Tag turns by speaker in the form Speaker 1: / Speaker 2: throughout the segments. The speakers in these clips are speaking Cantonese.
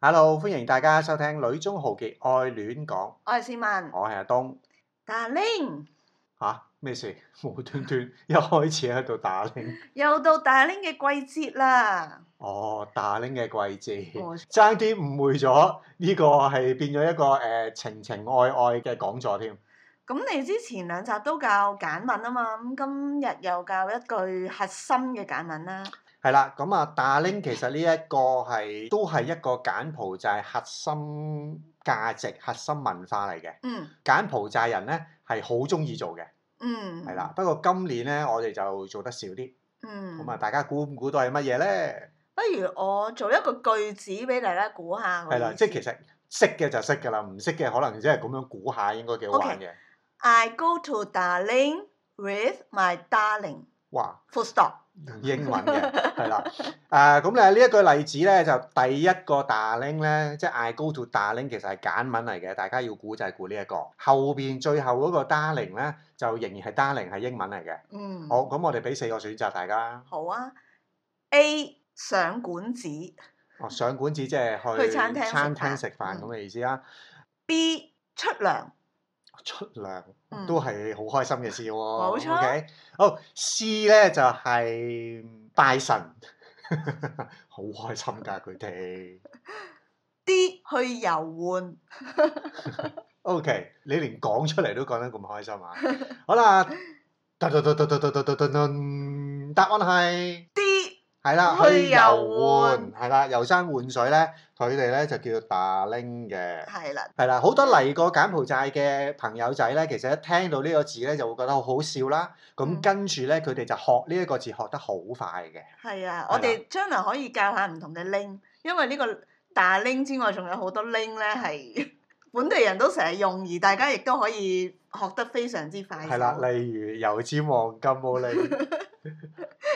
Speaker 1: Hello，歡迎大家收聽《女中豪傑愛戀講》，
Speaker 2: 我係市民
Speaker 1: 我係阿東。
Speaker 2: ，Darling
Speaker 1: 吓、咩事？ 無端端一開始喺度打鈴，
Speaker 2: 又到 Darling 嘅季節啦，
Speaker 1: 哦，打鈴嘅季
Speaker 2: 冇
Speaker 1: 節，
Speaker 2: 錯
Speaker 1: 爭啲誤會咗呢個係變咗一個誒、呃情情愛愛嘅講座添。
Speaker 2: 咁你之前兩集都教簡文啊嘛，咁今日又教一句核心嘅簡文啦，
Speaker 1: 係啦，咁啊，打鈴其實呢一個係都係一個柬埔寨核心價值、核心文化嚟嘅。
Speaker 2: 嗯
Speaker 1: 柬埔寨人咧係好中意做嘅，
Speaker 2: 嗯，
Speaker 1: 係啦，。不過今年咧我哋就做得少啲，
Speaker 2: 嗯，
Speaker 1: 咁啊，大家估唔估到係乜嘢咧？
Speaker 2: 不如我做一個句子俾大家估下。
Speaker 1: 係啦，即係其實識嘅就識㗎啦，唔識嘅可能即係咁樣估下應該幾好玩嘅。
Speaker 2: I go to Darling with my darling。
Speaker 1: 哇，
Speaker 2: Full stop。
Speaker 1: 英文嘅 係啦，誒咁咧呢一個例子咧就第一個 darling 咧，即係 I go to darling 其實係簡文嚟嘅，大家要估就係估呢一個。後邊最後嗰個 darling 咧就仍然係 darling 係英文嚟嘅。
Speaker 2: 嗯。
Speaker 1: 好，。咁我哋俾四個選擇大家。
Speaker 2: 好啊。A 上館子
Speaker 1: 哦，上館子即係去
Speaker 2: 去餐廳食飯
Speaker 1: 餐廳食飯咁嘅意思啦。
Speaker 2: ，B 出糧。
Speaker 1: 出糧
Speaker 2: 嗯
Speaker 1: 都係好開心嘅事喎。
Speaker 2: 冇錯
Speaker 1: OK，好 C 咧就係、拜神， 好開心㗎佢哋。
Speaker 2: D 去遊玩。
Speaker 1: OK，你連講出嚟都講得咁開心啊！ 好啦，噔噔噔噔噔噔噔噔噔，答案係
Speaker 2: D
Speaker 1: 係啦，
Speaker 2: 去
Speaker 1: 去
Speaker 2: 遊
Speaker 1: 遊玩係啦，遊山玩水咧，佢哋咧就叫做打拎嘅。
Speaker 2: 係啦。
Speaker 1: 係啦，好多嚟過柬埔寨嘅朋友仔咧，其實一聽到呢個字咧，就會覺得好好笑啦。咁
Speaker 2: 嗯
Speaker 1: 跟住咧，佢哋就學呢一個字學得好快嘅。
Speaker 2: 係啊，
Speaker 1: 係
Speaker 2: 我
Speaker 1: 啦
Speaker 2: 哋將來可以教下唔同嘅 link，因為呢個打 link 之外，仲有好多 link 咧 係本地人都成日用，而大家亦都可以學得非常之快手。
Speaker 1: 係啦，例如油尖旺金毛 嶺、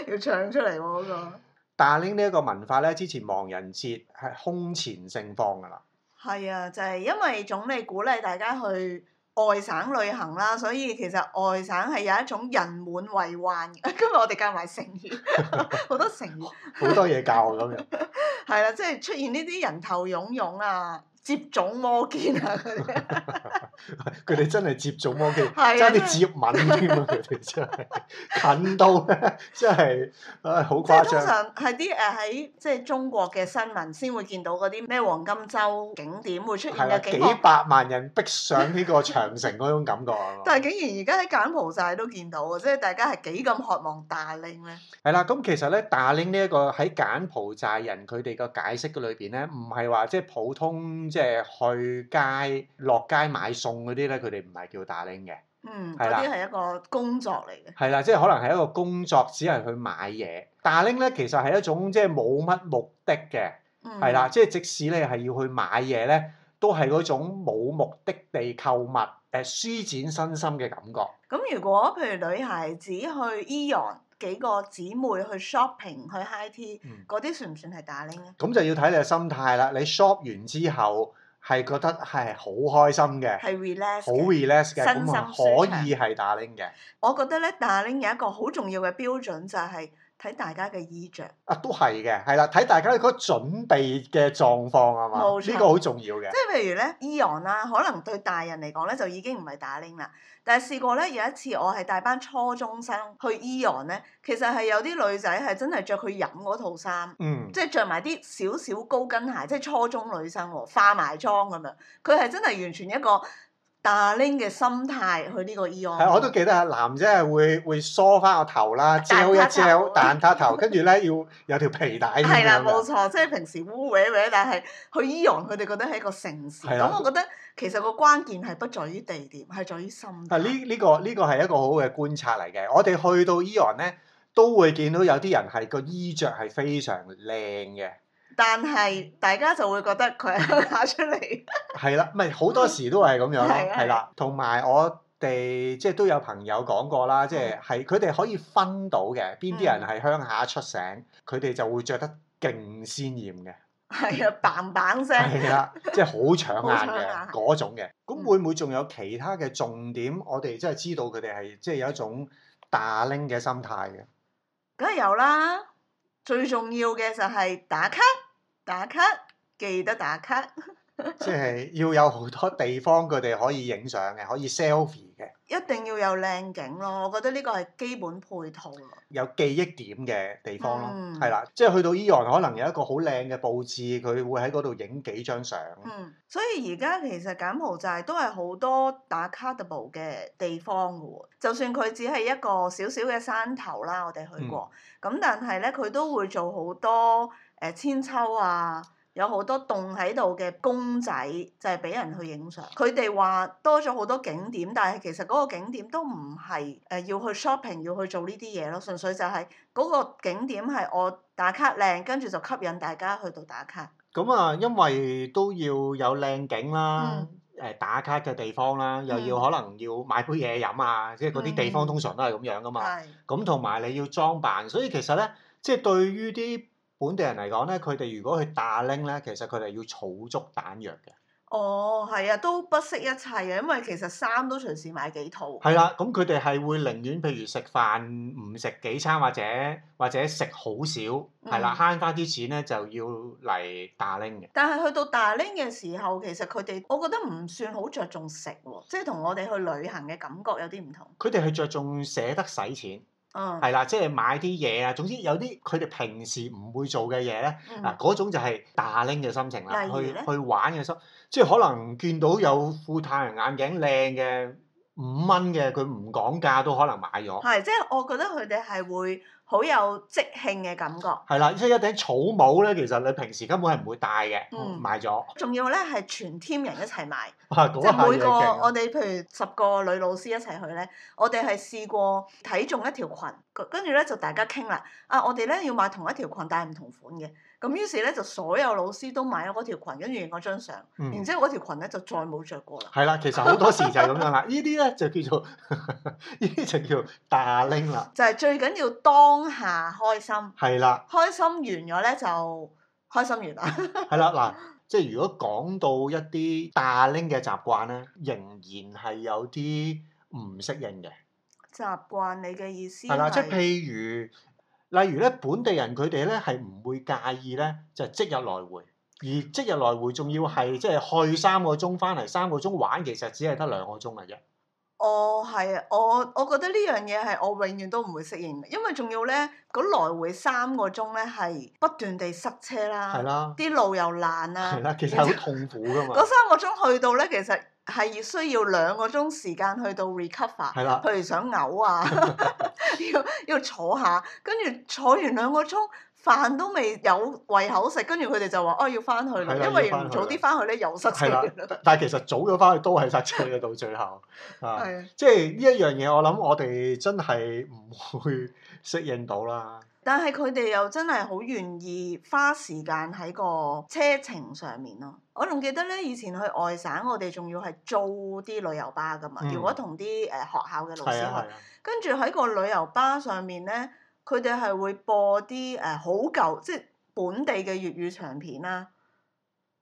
Speaker 2: 要唱出嚟喎嗰個。
Speaker 1: 打拎呢一個文化咧，之前亡人節係空前盛況㗎啦。
Speaker 2: 係啊，就係、因為總理鼓勵大家去外省旅行啦，所以其實外省係有一種人滿為患嘅。 今日我哋教埋成語， 好多成語。
Speaker 1: 好多嘢教我咁樣。
Speaker 2: 係啦，即係出現呢啲人頭湧湧啊、接踵摩肩啊嗰 啲。
Speaker 1: 佢哋真係接種 魔機，
Speaker 2: 啊
Speaker 1: 爭啲接吻添啊！佢哋真係近到咧，真係唉好
Speaker 2: 即係
Speaker 1: 誇
Speaker 2: 通
Speaker 1: 張。
Speaker 2: 常係啲誒喺即係中國嘅新聞先會見到嗰啲咩黃金週景點會出現
Speaker 1: 係啦，啊
Speaker 2: 嘅
Speaker 1: 幾
Speaker 2: 景況，
Speaker 1: 百萬人逼上呢個長城嗰種感覺啊！
Speaker 2: 但係竟然而家喺柬埔寨都見到啊！即係大家係幾咁渴望大令咧？
Speaker 1: 係啦，咁其實咧，打鈴呢一個喺柬埔寨人佢哋個解釋嘅裏邊咧，唔係話即係普通即係去街落街買餸嗰啲咧，佢哋唔係叫打鈴嘅，
Speaker 2: 嗯，
Speaker 1: 係
Speaker 2: 嗰
Speaker 1: 啦
Speaker 2: 啲係一個工作嚟嘅。
Speaker 1: 係啦，即係可能係一個工作，只係去買嘢。打鈴咧其實係一種即係冇乜目的嘅，
Speaker 2: 嗯，
Speaker 1: 係啦，，即係即使你係要去買嘢咧，都係嗰種冇目的地購物，誒、舒展身心嘅感覺。
Speaker 2: 咁如果譬如女孩子去 Eon 幾個姊妹去 shopping 去 high tea
Speaker 1: 嗯
Speaker 2: 嗰啲算唔算係打令咧？
Speaker 1: 咁就要睇你嘅心態啦。你 shop 完之後係覺得係好開心嘅。
Speaker 2: 係 relax
Speaker 1: 好
Speaker 2: 嘅。
Speaker 1: relax 嘅，
Speaker 2: 身
Speaker 1: 咁啊
Speaker 2: 心舒
Speaker 1: 可
Speaker 2: 暢
Speaker 1: 以係打鈴嘅，
Speaker 2: 我覺得咧，打令有一個好重要嘅標準就係睇大家嘅衣着。
Speaker 1: 啊都係嘅，係啦，睇大家嗰個準備嘅狀況啊嘛，
Speaker 2: 冇錯
Speaker 1: 呢個好重要嘅
Speaker 2: 即，係譬如咧，Eon 啦，可能對大人嚟講咧就已經唔係打鈴啦。但係試過咧，有一次我係帶班初中生去 Eon 咧，其實係有啲女仔係真係着佢飲嗰套衫，
Speaker 1: 嗯，
Speaker 2: 即係着埋啲少少高跟鞋，即係初中女生喎，化埋妝咁樣。佢係真係完全一個打鈴嘅心態去呢個 Eon。
Speaker 1: 係我都記得啊，男仔係會會梳翻個頭 啦，焦一焦蛋
Speaker 2: 蛋
Speaker 1: 撻頭，跟住咧要有 條皮帶咁
Speaker 2: 係啦，
Speaker 1: 樣
Speaker 2: 冇
Speaker 1: 嘅，
Speaker 2: 錯，即係平時烏歪歪，但係去 Eon 佢哋覺得係一個盛事。
Speaker 1: 係啊
Speaker 2: 咁
Speaker 1: 啦
Speaker 2: 我覺得其實個關鍵係不在於地點，係在於心
Speaker 1: 啊
Speaker 2: 態。
Speaker 1: 呢呢個呢個係一個好好嘅觀察嚟嘅，我哋去到 Eon 咧都會見到有啲人係個衣着係非常靚嘅。
Speaker 2: 但係大家就會覺得佢係鄉下出嚟，
Speaker 1: 係啦，唔係好多時都係咁樣咯，
Speaker 2: 係啊
Speaker 1: 係啦。同埋我哋即係都有朋友講過
Speaker 2: 嗯
Speaker 1: 啦，即係係佢哋可以分到嘅，邊啲人係鄉下出省，佢哋就會着得勁鮮豔 嘅，
Speaker 2: 係啊，棒棒聲。
Speaker 1: 係啦，即係好搶眼
Speaker 2: 好搶眼嗯
Speaker 1: 嘅嗰種嘅。咁會唔會仲有其他嘅重點？我哋真係知道佢哋係即係有一種打拎嘅心態嘅。
Speaker 2: 梗係有啦。最重要嘅就係打卡，打卡記得打卡。
Speaker 1: 即係要有好多地方佢哋可以影相嘅，可以 selfie 嘅，
Speaker 2: 一定要有靚景咯，我覺得呢個係基本配套咯。
Speaker 1: 有記憶點嘅地方咯，
Speaker 2: 嗯
Speaker 1: 係啦、即係去到伊岸可能有一個好靚嘅佈置，佢會喺嗰度影幾張相。
Speaker 2: 嗯，所以而家其實柬埔寨都係好多打卡 a 部嘅地方嘅喎，就算佢只係一個小小嘅山頭啦，我哋
Speaker 1: 嗯
Speaker 2: 去過，咁、但係咧佢都會做好多誒、呃千秋啊。有好多凍喺度嘅公仔，就係、俾人去影相。佢哋話多咗好多景點，但係其實嗰個景點都唔係誒要去 shopping，要去做呢啲嘢咯。純粹就係嗰個景點係我打卡靚，跟住就吸引大家去到打卡。
Speaker 1: 咁啊，因為都要有靚景啦，誒、打卡嘅地方啦，又要
Speaker 2: 嗯
Speaker 1: 可能要買杯嘢飲啊，即係嗰啲地方
Speaker 2: 嗯
Speaker 1: 通常都係咁樣噶嘛。
Speaker 2: 係。
Speaker 1: 咁同埋你要裝扮，所以其實咧，即係對於啲本地人嚟講咧，佢哋如果去打拎咧，其實佢哋要儲足彈藥嘅。
Speaker 2: 哦，係啊，都不惜一切嘅，因為其實衫都隨時買幾套。
Speaker 1: 係啦，咁佢哋係會寧願譬如食飯唔食幾餐，或者或者食好少，
Speaker 2: 嗯
Speaker 1: 係啦，慳翻啲錢咧就要嚟打拎嘅。
Speaker 2: 但係去到大拎嘅時候，其實佢哋我覺得唔算好着重食喎，即係同我哋去旅行嘅感覺有啲唔同。
Speaker 1: 佢哋係着重捨得使錢，
Speaker 2: 嗯，
Speaker 1: 係啦，即係買啲嘢啊，總之有啲佢哋平時唔會做嘅嘢咧。
Speaker 2: 嗯
Speaker 1: 嗱，嗰種就係打拎嘅心情啦，
Speaker 2: 例如
Speaker 1: 去
Speaker 2: 呢
Speaker 1: 去玩嘅心，即係可能見到有副太陽眼鏡靚嘅五蚊嘅，佢唔講價都可能買咗。
Speaker 2: 係即係我覺得佢哋係會好有即興嘅感覺，
Speaker 1: 係啦，即係一頂草帽咧，其實你平時根本係唔會戴嘅，
Speaker 2: 嗯
Speaker 1: 買咗。
Speaker 2: 仲要咧係全 team 人一齊買，
Speaker 1: 哇，
Speaker 2: 即
Speaker 1: 嗰下
Speaker 2: 係
Speaker 1: 嘢
Speaker 2: 每個
Speaker 1: 勁啊
Speaker 2: 我哋譬如十個女老師一齊去咧，我哋係試過睇中一條裙，跟跟住咧就大家傾啦，啊我哋咧要買同一條裙，但係唔同款嘅，咁於是咧就所有老師都買咗嗰條裙，跟住影咗張相。然
Speaker 1: 嗯，
Speaker 2: 之後嗰條裙咧就再冇着過啦。
Speaker 1: 係啦，其實好多時就係咁樣啦。呢啲咧就叫 做呢啲就叫打拎啦，
Speaker 2: 就係最緊要當下開心，
Speaker 1: 係啦。
Speaker 2: 開心完咗咧就開心完啦。
Speaker 1: 係啦，嗱，即係如果講到一啲打拎嘅習慣咧，仍然係有啲唔適應嘅，
Speaker 2: 習慣你嘅意思
Speaker 1: 係啦，即係
Speaker 2: 係
Speaker 1: 譬如，例如咧，本地人佢哋咧係唔會介意咧，就即日來回，而即日來回仲要係即係去三個鐘，翻嚟三個鐘玩，其實只係得兩個鐘嘅啫。
Speaker 2: 我哦係啊我，我覺得呢樣嘢係我永遠都唔會適應嘅，因為仲要咧嗰來回三個鐘咧係不斷地塞車
Speaker 1: 係
Speaker 2: 啦，
Speaker 1: 啦，
Speaker 2: 啲路又爛啦
Speaker 1: 係，啦，啊其實係好痛苦噶嘛
Speaker 2: 啊嗰，三個鐘去到咧其實係需要兩個鐘時間去到 recover。
Speaker 1: 係啦。
Speaker 2: 譬如想嘔啊， 要要坐下，跟住坐完兩個鐘，飯都未有胃口食，跟住佢哋就話：哦，要翻去啦，
Speaker 1: 係啦
Speaker 2: 因為
Speaker 1: 要返去
Speaker 2: 唔
Speaker 1: 啦
Speaker 2: 早啲翻去咧又塞車
Speaker 1: 係 啦
Speaker 2: 啦。，
Speaker 1: 但但係其實早咗翻去都係塞車嘅，到最 後啊。
Speaker 2: 係啊，
Speaker 1: 即係呢一樣嘢，我諗我哋真係唔會適應到啦。
Speaker 2: 但係佢哋又真係好願意花時間喺個車程上面咯。我仲記得咧，以前去外省，我哋仲要係租啲旅遊巴噶嘛。
Speaker 1: 嗯
Speaker 2: 如果同啲誒呃學校嘅老師
Speaker 1: 係啊
Speaker 2: 去
Speaker 1: 係，啊，
Speaker 2: 跟住喺個旅遊巴上面咧，佢哋係會播啲誒好舊，即係本地嘅粵語長片啦。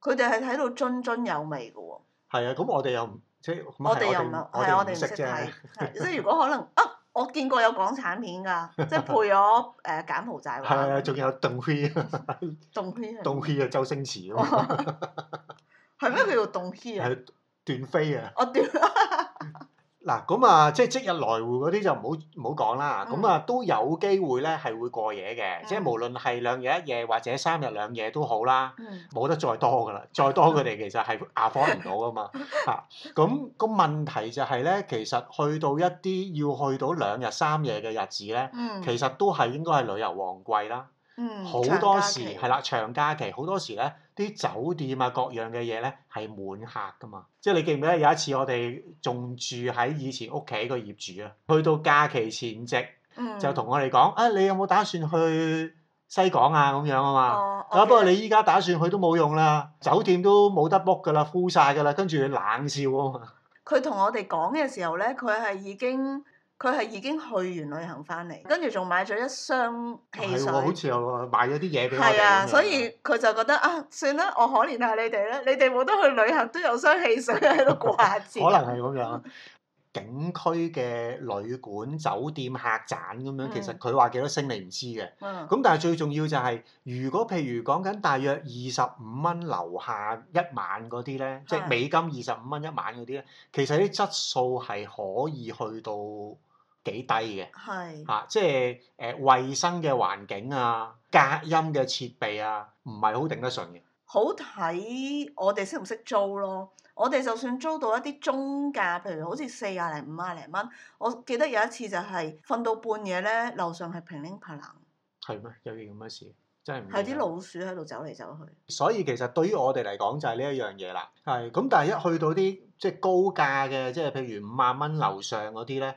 Speaker 2: 佢哋係睇到津津有味嘅喎，
Speaker 1: 係啊。咁我哋又唔即係咁係
Speaker 2: 我哋又
Speaker 1: 我
Speaker 2: 唔係啊我
Speaker 1: 我哋
Speaker 2: 哋唔
Speaker 1: 唔
Speaker 2: 識
Speaker 1: 識
Speaker 2: 睇
Speaker 1: 啫。，
Speaker 2: 係即係如果可 能啊，我見過有港產片㗎，即係配咗誒柬埔寨話，
Speaker 1: 係啊，仲有鄧 輝，
Speaker 2: 洞軒
Speaker 1: 鄧輝啊，周星馳啊嘛，
Speaker 2: 係咩
Speaker 1: 嗯
Speaker 2: 叫做洞軒啊？
Speaker 1: 係段飛啊。
Speaker 2: 我屌，
Speaker 1: 嗱，咁啊，即係即日來回嗰啲就唔好唔好講啦。
Speaker 2: 嗯
Speaker 1: 咁啊，都有機會咧係會過夜嘅，即係
Speaker 2: 嗯
Speaker 1: 無論係兩日一夜或者三日兩夜都好啦。
Speaker 2: 嗯
Speaker 1: 冇得再多噶 啦，再多佢哋其實係 afford 唔到噶嘛嚇。咁、個問題就係咧，其實去到一啲要去到兩日三夜嘅日子咧，
Speaker 2: 嗯
Speaker 1: 其實都係應該係旅遊旺季啦。
Speaker 2: 嗯
Speaker 1: 好、
Speaker 2: 長
Speaker 1: 多
Speaker 2: 假
Speaker 1: 時
Speaker 2: 期
Speaker 1: 係啦，長假期好多時咧，啲酒店啊各樣嘅嘢咧係滿客噶嘛。即係你記唔記得有一次我哋仲住喺以前屋企個業主啊，去到假期前夕
Speaker 2: 嗯
Speaker 1: 就同我哋講啊，你有冇打算去西港啊咁樣啊嘛？
Speaker 2: 哦，
Speaker 1: 啊！
Speaker 2: 我
Speaker 1: 不過
Speaker 2: 記得
Speaker 1: 你依家打算去都冇用啦，酒店都冇得 book 噶啦，full 曬噶啦，跟住冷笑啊嘛，
Speaker 2: 佢同我哋講嘅時候咧，佢係已經佢係已經去完旅行翻嚟，跟住仲買咗一箱汽
Speaker 1: 係喎，好
Speaker 2: 水。
Speaker 1: 似又買咗啲嘢俾我哋
Speaker 2: 係啊，
Speaker 1: 咁樣
Speaker 2: 所以佢就覺得啊，算啦，我可 憐下你哋啦，你哋冇得去旅行都有箱汽水喺度掛住。
Speaker 1: 可能係咁樣。景區嘅旅館、酒店、客棧咁樣，
Speaker 2: 嗯
Speaker 1: 其實佢話幾多星你唔知嘅。
Speaker 2: 嗯，
Speaker 1: 咁但係最重要就係、如果譬如講緊大約二十五蚊樓下一晚嗰啲咧，即係
Speaker 2: 係
Speaker 1: 美金二十五蚊一晚嗰啲咧，其實啲質素係可以去到幾低嘅。
Speaker 2: 係
Speaker 1: 嚇、啊即係誒衞生嘅環境啊、隔音嘅設備啊，唔係好頂得順嘅。
Speaker 2: 好睇我哋識唔識租咯。我哋就算租到一啲中價，譬如好似四廿零五廿零蚊，我記得有一次就係瞓到半夜咧，樓上係平拎啪冷，
Speaker 1: 係咩？有嘢咁嘅事，真係唔
Speaker 2: 係
Speaker 1: 記
Speaker 2: 啲
Speaker 1: 得
Speaker 2: 老鼠喺度走嚟走去。
Speaker 1: 所以其實對於我哋嚟講就係呢一樣嘢啦。係咁，但係一去到啲即係高價嘅，即係譬如五萬蚊樓上嗰啲咧，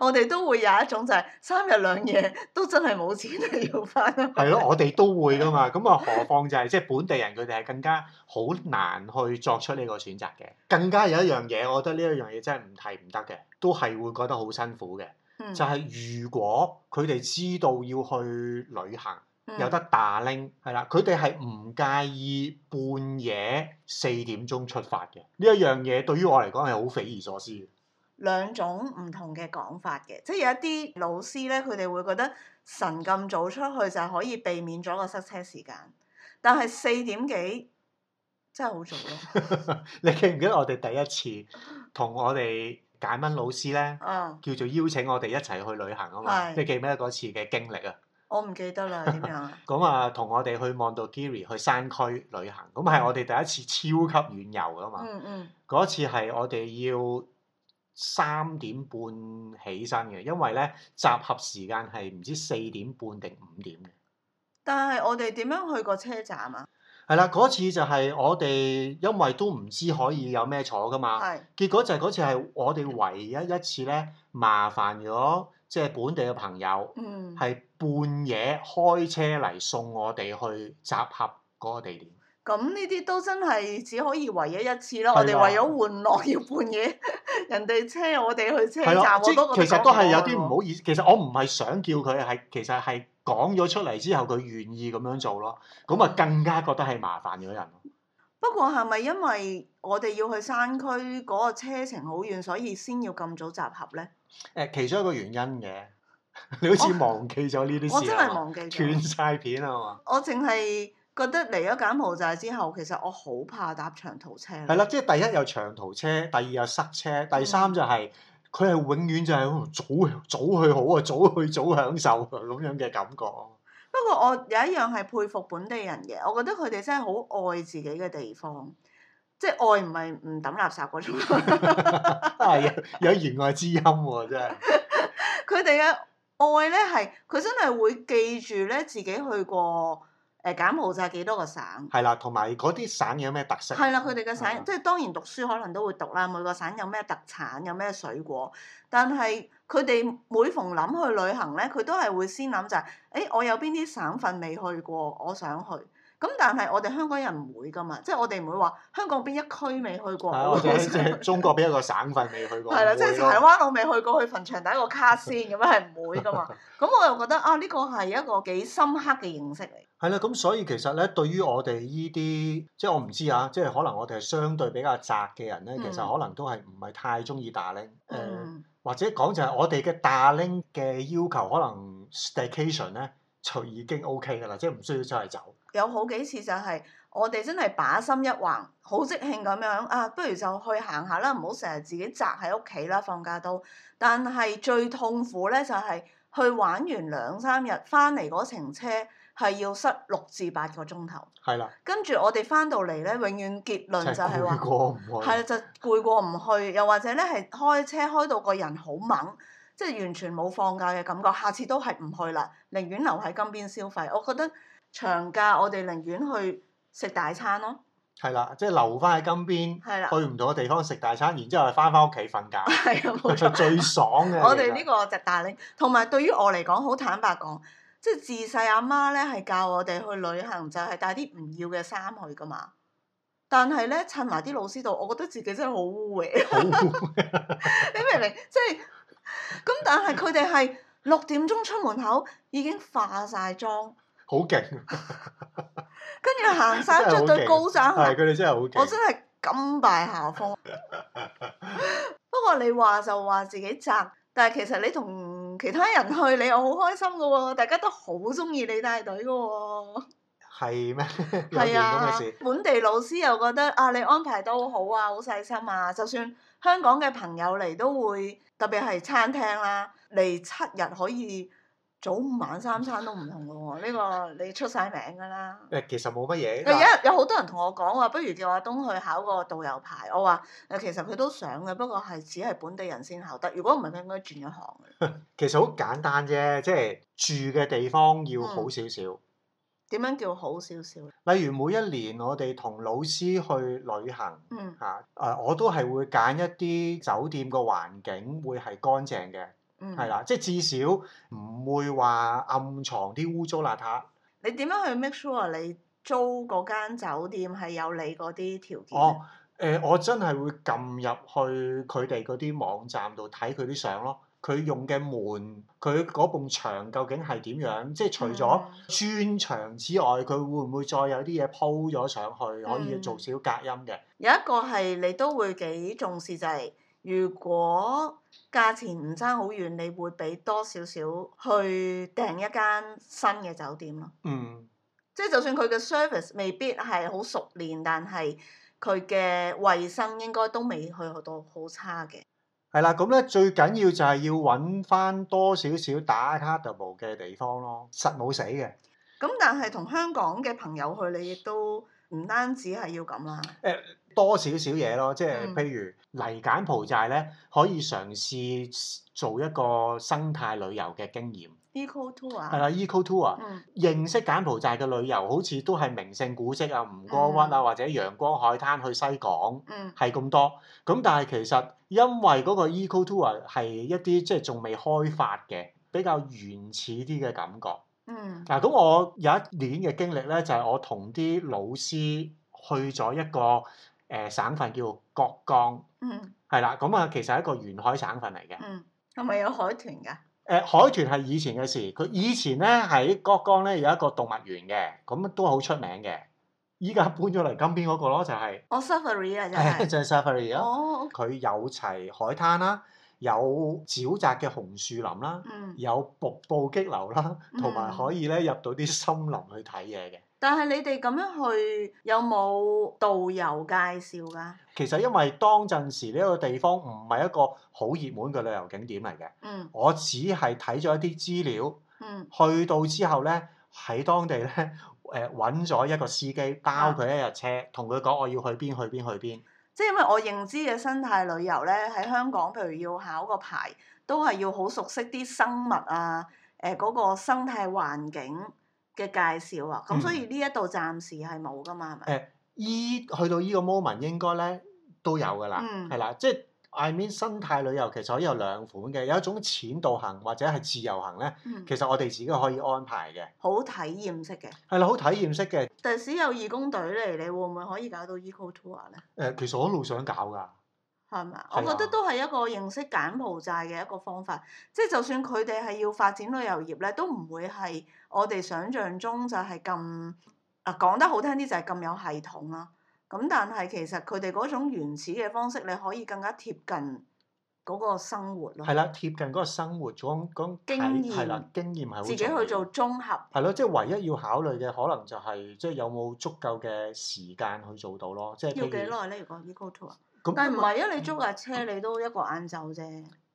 Speaker 2: 我哋都會有一種就係三日兩夜都真係冇錢係要啊翻屋企
Speaker 1: 係咯，我哋都會噶嘛。咁啊，何況就係、即係本地人佢哋係更加好難去作出呢個選擇嘅。更加有一樣嘢，我覺得呢一樣嘢真係唔提唔得嘅，都係會覺得好辛苦嘅。
Speaker 2: 嗯
Speaker 1: 就係如果佢哋知道要去旅行。
Speaker 2: 嗯
Speaker 1: 有得打拎，係啦，佢哋係唔介意半夜四點鐘出發嘅。呢一樣嘢對於我嚟講係好匪夷所思嘅。
Speaker 2: 兩種唔同嘅講法嘅，即係有一啲老師咧，佢哋會覺得晨咁早出去就係可以避免咗個塞車時間，但係四點幾真係好早咯。
Speaker 1: 你記唔記得我哋第一次同我哋簡蚊老師咧，
Speaker 2: 嗯，
Speaker 1: 叫做邀請我哋一齊去旅行啊嘛？
Speaker 2: 係
Speaker 1: 你記唔記得嗰次嘅經歷啊？
Speaker 2: 我唔記得啦，點樣 啊？
Speaker 1: 咁啊，同我哋去 Mondogiri 去山區旅行，咁係我哋第一次超級遠遊噶啊嘛。
Speaker 2: 嗯嗯
Speaker 1: 嗰次係我哋要三點半起身嘅，因為咧集合時間係唔知四點半定五點嘅。
Speaker 2: 但係我哋點樣去個車站啊？
Speaker 1: 係啦，嗰次就係我哋因為都唔知可以有咩坐噶嘛，
Speaker 2: 係
Speaker 1: 結果就係嗰次係我哋唯一一次咧麻煩咗即係本地嘅朋友，
Speaker 2: 嗯，
Speaker 1: 係半夜開車嚟送我哋去集合嗰個地點。
Speaker 2: 咁呢啲都真係只可以唯一一次
Speaker 1: 係啦
Speaker 2: 啦。
Speaker 1: 啊
Speaker 2: 我哋為咗玩樂要半夜 人哋車我哋去車
Speaker 1: 係咯，
Speaker 2: 站，我
Speaker 1: 即
Speaker 2: 都覺
Speaker 1: 係
Speaker 2: 得
Speaker 1: 其實都係有啲
Speaker 2: 講
Speaker 1: 唔好意思。其實我唔係想叫佢，係其實係講咗出嚟之後，佢願意咁樣做咯。咁
Speaker 2: 嗯
Speaker 1: 啊，更加覺得係麻煩咗人咯。
Speaker 2: 不過係咪因為我哋要去山區嗰個車程好遠，所以先要咁早集合呢？
Speaker 1: 誒，其中一個原因嘅， 你好似
Speaker 2: 我
Speaker 1: 忘記咗呢啲
Speaker 2: 哦我
Speaker 1: 事
Speaker 2: 真
Speaker 1: 啊
Speaker 2: 係
Speaker 1: 嘛，
Speaker 2: 忘記
Speaker 1: 斷
Speaker 2: 咗。
Speaker 1: 晒片啊嘛。
Speaker 2: 我淨係覺得嚟咗柬埔寨之後，其實我好怕搭長途車啦。
Speaker 1: 係啦，即係第一有長途車，第二有塞
Speaker 2: 嗯
Speaker 1: 車，第三就係佢係永遠就係哦早早去好啊，早去早享受啊咁樣嘅感覺啊。
Speaker 2: 不過我有一樣係佩服本地人嘅，我覺得佢哋真係好愛自己嘅地方，即係愛唔係唔抌垃圾嗰種。
Speaker 1: 啊，有有言外之音喎，真係。
Speaker 2: 佢哋嘅愛呢係佢真係會記住呢自己去過誒柬埔寨幾多個省。
Speaker 1: 係啦，同埋嗰啲省有咩特色？啊
Speaker 2: 係啦，佢哋嘅省
Speaker 1: 係啦
Speaker 2: 即係當然讀書可能都會讀啦，每個省有咩特產，有咩水果。但係佢哋每逢諗去旅行咧，佢都係會先諗就係、誒我有邊啲省份未去過，我想去。咁但係我哋香港人唔會噶嘛，即係我哋唔會話香港邊一區未去過，
Speaker 1: 啊
Speaker 2: 我
Speaker 1: 或
Speaker 2: 好
Speaker 1: 者
Speaker 2: 想
Speaker 1: 即係中國邊一個省份未去過？
Speaker 2: 係啦，
Speaker 1: 唔
Speaker 2: 即係
Speaker 1: 會
Speaker 2: 柴
Speaker 1: 咯
Speaker 2: 灣我未去過，去墳場打個卡先咁樣係唔會噶嘛。咁我又覺得啊，呢個係一個幾深刻嘅認識嚟。
Speaker 1: 係啦，咁所以其實咧，對於我哋依啲，即係我唔知啊，即係可能我哋係相對比較窄嘅人咧，
Speaker 2: 嗯
Speaker 1: 其實可能都係唔係太中意打拎誒，
Speaker 2: 嗯，
Speaker 1: 或者講就係我哋嘅打拎嘅要求，可能 station 咧就已經 OK 㗎啦，即係唔需要出嚟走。
Speaker 2: 有好幾次就係我哋真係把心一橫，好即興咁樣啊，不如就去行下啦，唔好成日自己宅喺屋企啦，放假都。但係最痛苦咧就係、去玩完兩三日，翻嚟嗰程車係要塞六至八個鐘頭，
Speaker 1: 係啦，
Speaker 2: 跟住我哋翻到嚟咧，永遠結論就係
Speaker 1: 攰
Speaker 2: 話。
Speaker 1: 過唔去。
Speaker 2: 係啦，就攰過唔去，又或者咧係開車開到個人好猛，即係完全冇放假嘅感覺。下次都係唔去啦，寧願留喺金邊消費。我覺得長假我哋寧願去食大餐咯，
Speaker 1: 係啦，即係留翻喺金邊，
Speaker 2: 係啦，
Speaker 1: 去唔同嘅地方食大餐，然之後係翻翻屋企瞓覺。
Speaker 2: 係啊，冇錯。
Speaker 1: 最爽嘅。
Speaker 2: 我
Speaker 1: 其
Speaker 2: 哋
Speaker 1: 實
Speaker 2: 呢個就大領，同埋對於我嚟講，好坦白講，即係自細阿媽咧係教我哋去旅行就係帶啲唔要嘅衫去噶嘛。但係咧，襯埋啲老師度，我覺得自己真係好污衊。
Speaker 1: 好
Speaker 2: 你明唔明？即係咁，但
Speaker 1: 嗯
Speaker 2: 係佢哋係六點鐘出門口已經化晒妝，
Speaker 1: 好勁。
Speaker 2: 跟住行山
Speaker 1: 真係好
Speaker 2: 着對高踭
Speaker 1: 係
Speaker 2: 鞋，
Speaker 1: 佢哋真係好
Speaker 2: 我
Speaker 1: 勁
Speaker 2: 真。係甘拜下風。不過你話就話自己宅，但係其實你同其他人去，你又好開心噶喎、大家都好中意你帶隊噶喎。
Speaker 1: 係咩？ 有件
Speaker 2: 係
Speaker 1: 咁
Speaker 2: 啊
Speaker 1: 嘅事，，
Speaker 2: 本地老師又覺得啊，你安排得好好啊，好細心啊。就算香港嘅朋友嚟都會，特別係餐廳啦，嚟七日可以早午晚三餐都唔同噶喎、呢、個你出晒名噶啦。
Speaker 1: 誒其實冇乜嘢。
Speaker 2: 有
Speaker 1: 嗱
Speaker 2: 一有好多人同我講話，不如叫阿東去考個導遊牌。我話誒，其實佢都想嘅，不過係只係本地人先考得。如果唔係，佢應該轉咗行嘅。
Speaker 1: 其實好簡單啫，即係住嘅地方
Speaker 2: 嗯
Speaker 1: 要好少少。
Speaker 2: 點樣叫好少少？
Speaker 1: 例如每一年我哋同老師去旅行
Speaker 2: 嗯
Speaker 1: 嚇，誒、我都係會揀一啲酒店個環境會係乾淨嘅，
Speaker 2: 嗯，
Speaker 1: 係。啦，即係至少唔會話暗藏啲污糟邋遢。
Speaker 2: 你點樣去 make sure 啊你租嗰間酒店係有你嗰啲條件？啊
Speaker 1: 哦，誒、我真係會撳入去佢哋嗰啲網站度睇佢啲相咯。佢用嘅門，佢嗰埲牆究竟係點樣？即係除咗
Speaker 2: 嗯
Speaker 1: 磚牆之外，佢會唔會再有啲嘢鋪咗上去，可以
Speaker 2: 嗯
Speaker 1: 做少隔音嘅？
Speaker 2: 有一個係你都會幾重視，就係、如果價錢唔爭好遠，你會俾多少少去訂一間新嘅酒店咯。
Speaker 1: 嗯，
Speaker 2: 即係就算佢嘅 service 未必係好熟練，但係佢嘅衞生應該都未去到好差嘅。
Speaker 1: 係啦，咁咧最緊要就係要揾翻多少少打卡 a 步嘅地方咯，實冇死嘅。
Speaker 2: 咁但係同香港嘅朋友去，你亦都唔單止係要咁啦。
Speaker 1: 多少少嘢咯，即係
Speaker 2: 嗯
Speaker 1: 譬如嚟柬埔寨咧，可以嘗試做一個生態旅遊嘅經驗，
Speaker 2: Eco tour
Speaker 1: 係
Speaker 2: 啊，
Speaker 1: 啦，eco，E tour。
Speaker 2: 嗯
Speaker 1: 認識柬埔寨嘅旅遊，好似都係名勝古蹟啊、吳哥窟啊，
Speaker 2: 嗯
Speaker 1: 或者陽光海灘去西港，
Speaker 2: 嗯
Speaker 1: 係咁多。咁但係其實因為嗰個 E eco tour 啊係一啲即係仲未開發嘅，比較原始啲嘅感覺。
Speaker 2: 嗯
Speaker 1: 嗱，咁我有一年嘅經歷咧，就係、我同啲老師去咗一個誒、呃省份叫國江，
Speaker 2: 嗯
Speaker 1: 係啦，咁啊其實係一個沿海省份嚟嘅。誒、
Speaker 2: 嗯，係咪有海豚㗎？
Speaker 1: 呃海豚係以前嘅事，佢以前咧喺國江咧有一個動物園嘅，咁都好出名嘅。依家搬咗嚟金邊嗰個咯，就係、
Speaker 2: 我 safari 啊，真 係。
Speaker 1: 就係 safari 咯。
Speaker 2: 哦，
Speaker 1: 佢有齊海灘啦，有沼澤嘅紅樹林啦，
Speaker 2: 嗯，
Speaker 1: 有瀑布激流啦，同埋
Speaker 2: 嗯
Speaker 1: 可以咧入到啲森林去睇嘢嘅。
Speaker 2: 但係你哋咁樣去有冇導遊介紹㗎？
Speaker 1: 其實因為當陣時呢一個地方唔係一個好熱門嘅旅遊景點嚟嘅，
Speaker 2: 嗯
Speaker 1: 我只係睇咗一啲資料，
Speaker 2: 嗯
Speaker 1: 去到之後咧喺當 地咧誒揾咗一個司機包
Speaker 2: 啊
Speaker 1: 佢一日車，同佢講我要去邊去邊去邊。
Speaker 2: 即係因為我認知嘅生態旅遊咧，喺香港譬如要考個牌，都係要好熟悉啲生物啊，誒、嗰、個生態環境嘅介紹啊，咁所以呢一度暫時係冇噶嘛，係咪？
Speaker 1: 誒依去到依個 moment 應該咧都有㗎啦，
Speaker 2: 嗯
Speaker 1: 係啦、即係 I mean 生態旅遊其實可以有兩款嘅，有一種淺導行或者係自由行咧，
Speaker 2: 嗯，
Speaker 1: 其實我哋自己可以安排嘅，
Speaker 2: 好體驗式嘅。
Speaker 1: 係啦，好體驗式嘅。誒、
Speaker 2: 第時有義工隊嚟，你會唔會可以搞到 eco tour 咧？
Speaker 1: 呃其實我一路想搞㗎。
Speaker 2: 係咪啊？
Speaker 1: 係
Speaker 2: 我
Speaker 1: 啊
Speaker 2: 覺得都係一個認識柬埔寨嘅一個方法，即係就算佢哋係要發展旅遊業咧，都唔會係我哋想象中就係咁啊講得好聽啲就係咁有系統啦。咁但係其實佢哋嗰種原始嘅方式，你可以更加貼近嗰個生活咯
Speaker 1: 係。啦，貼近嗰個生活講講
Speaker 2: 經
Speaker 1: 睇
Speaker 2: 驗
Speaker 1: 係啦，經驗係好
Speaker 2: 自己
Speaker 1: 重要
Speaker 2: 去做綜合，
Speaker 1: 係咯，即係唯一要考慮嘅可能就係即係有冇足夠嘅時間去做到咯，即係
Speaker 2: 要幾
Speaker 1: 譬如
Speaker 2: 耐咧？如果 eco tour，
Speaker 1: 咁，嗯
Speaker 2: 但係唔係啊？你租架車你都一個晏晝啫。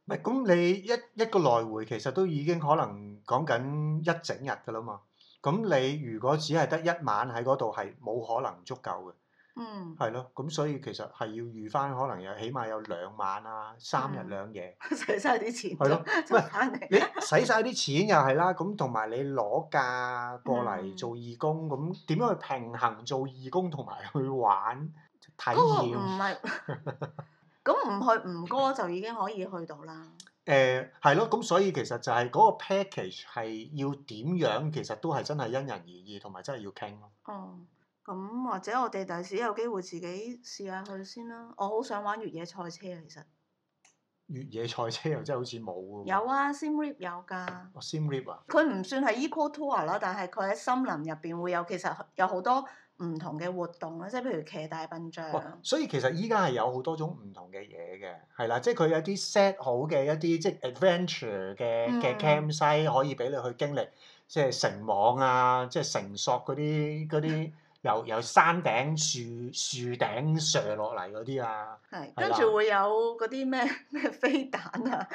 Speaker 1: 唔係咁你一一個來回其實都已經可能講緊一整日㗎啦嘛。咁你如果只係得一晚喺嗰度係冇可能足夠嘅，
Speaker 2: 嗯，
Speaker 1: 係咯。咁所以其實係要預翻可能有起碼有兩晚啊，三日
Speaker 2: 嗯
Speaker 1: 兩夜。
Speaker 2: 使晒啲錢
Speaker 1: 係咯
Speaker 2: 就翻嚟。
Speaker 1: 你使晒啲錢又係啦，咁同埋你攞假過嚟
Speaker 2: 嗯
Speaker 1: 做義工，咁點樣去平衡做義工同埋去玩體
Speaker 2: 嗰個
Speaker 1: 驗？
Speaker 2: 唔係， 咁唔去吳哥就已經可以去到啦。
Speaker 1: 誒呃係咯，咁所以其實就係嗰個 package 係要點樣，其實都係真係因人而異，同埋真係要傾咯。
Speaker 2: 哦，咁或者我哋第時有機會自己試下去先啦。我好想玩越野賽車，啊其實
Speaker 1: 越野賽車又真係好似冇喎。
Speaker 2: 有啊，Simrip 有㗎。
Speaker 1: 哦。Sim Rip 啊，
Speaker 2: 佢唔算係 eco tour 啦，但係佢喺森林入邊會有，其實有好多唔同嘅活動啦，即係譬如騎大笨象
Speaker 1: 哇所以其實依家係有好多種唔同嘅嘢嘅，係啦，即係佢有啲 set 好嘅一啲即係 adventure 嘅嘅
Speaker 2: 嗯
Speaker 1: campsite 可以俾你去經歷，即係繩網啊，即係繩索嗰啲嗰 啲由由山頂樹樹頂射落嚟嗰啲啊，
Speaker 2: 係
Speaker 1: 係
Speaker 2: 跟
Speaker 1: 啦
Speaker 2: 住會有嗰啲咩咩飛彈啊，，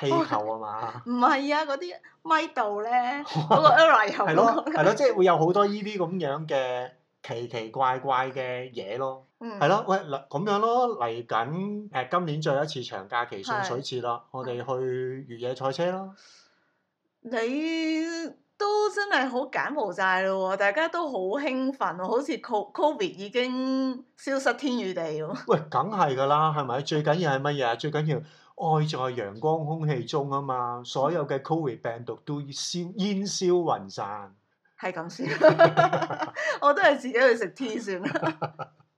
Speaker 1: 氣球啊嘛
Speaker 2: 唔係啊，嗰啲咪度咧，嗰個 era 又
Speaker 1: 哦係咯係咯，即係會有好多呢啲咁樣嘅奇奇怪怪嘅嘢咯。
Speaker 2: 嗯
Speaker 1: 係咯，喂，嗱咁樣咯，嚟緊誒今年最後一次長假期送水節啦，我哋去越野賽車啦，
Speaker 2: 你都真係好柬埔寨咯喎，大家都好興奮喎，好似 co- covid 已經消失天與地喎。
Speaker 1: 喂，梗係㗎啦，係咪？最緊要係乜嘢啊？最緊要愛在陽光空氣中啊嘛，所有
Speaker 2: 嗯
Speaker 1: 嘅 Covid 病毒都消煙消雲散。
Speaker 2: 係咁先， 我都係自己去食 tea 算啦。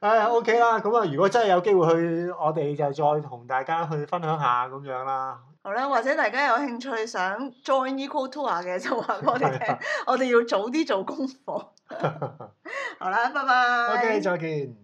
Speaker 1: 誒 OK 啦，咁啊，如果真係有機會去，我哋就再同大家去分享下咁樣啦。
Speaker 2: 好啦，或者大家有興趣想 join Eco Tour 嘅， 就話俾我哋
Speaker 1: 係啊
Speaker 2: 聽，我哋要早啲做功課。好啦，拜拜。
Speaker 1: OK，再見。